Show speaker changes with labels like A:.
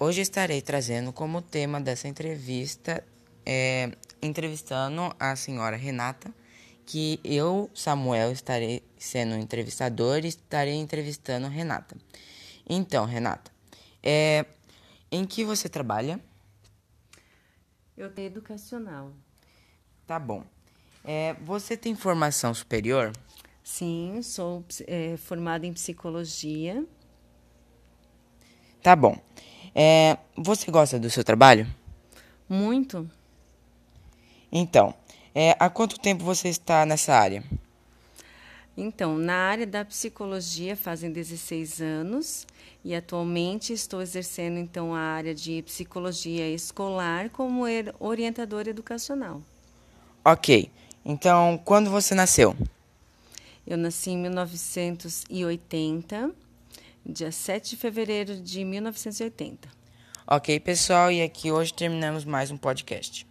A: Hoje estarei trazendo como tema dessa entrevista, é, entrevistando a senhora Renata, que eu, Samuel, estarei sendo entrevistador e estarei entrevistando Renata. Então, Renata, é, em que você trabalha?
B: Eu tenho educacional.
A: Tá bom. É, você tem formação superior?
B: Sim, sou é, formada em psicologia.
A: Tá bom. É, você gosta do seu trabalho?
B: Muito.
A: Então, é, há quanto tempo você está nessa área?
B: Então, na área da psicologia fazem 16 anos e atualmente estou exercendo então a área de psicologia escolar como er- orientadora educacional.
A: Ok. Então, quando você nasceu?
B: Eu nasci em 1980, dia 7 de fevereiro de 1980.
A: Ok, pessoal, e aqui hoje terminamos mais um podcast.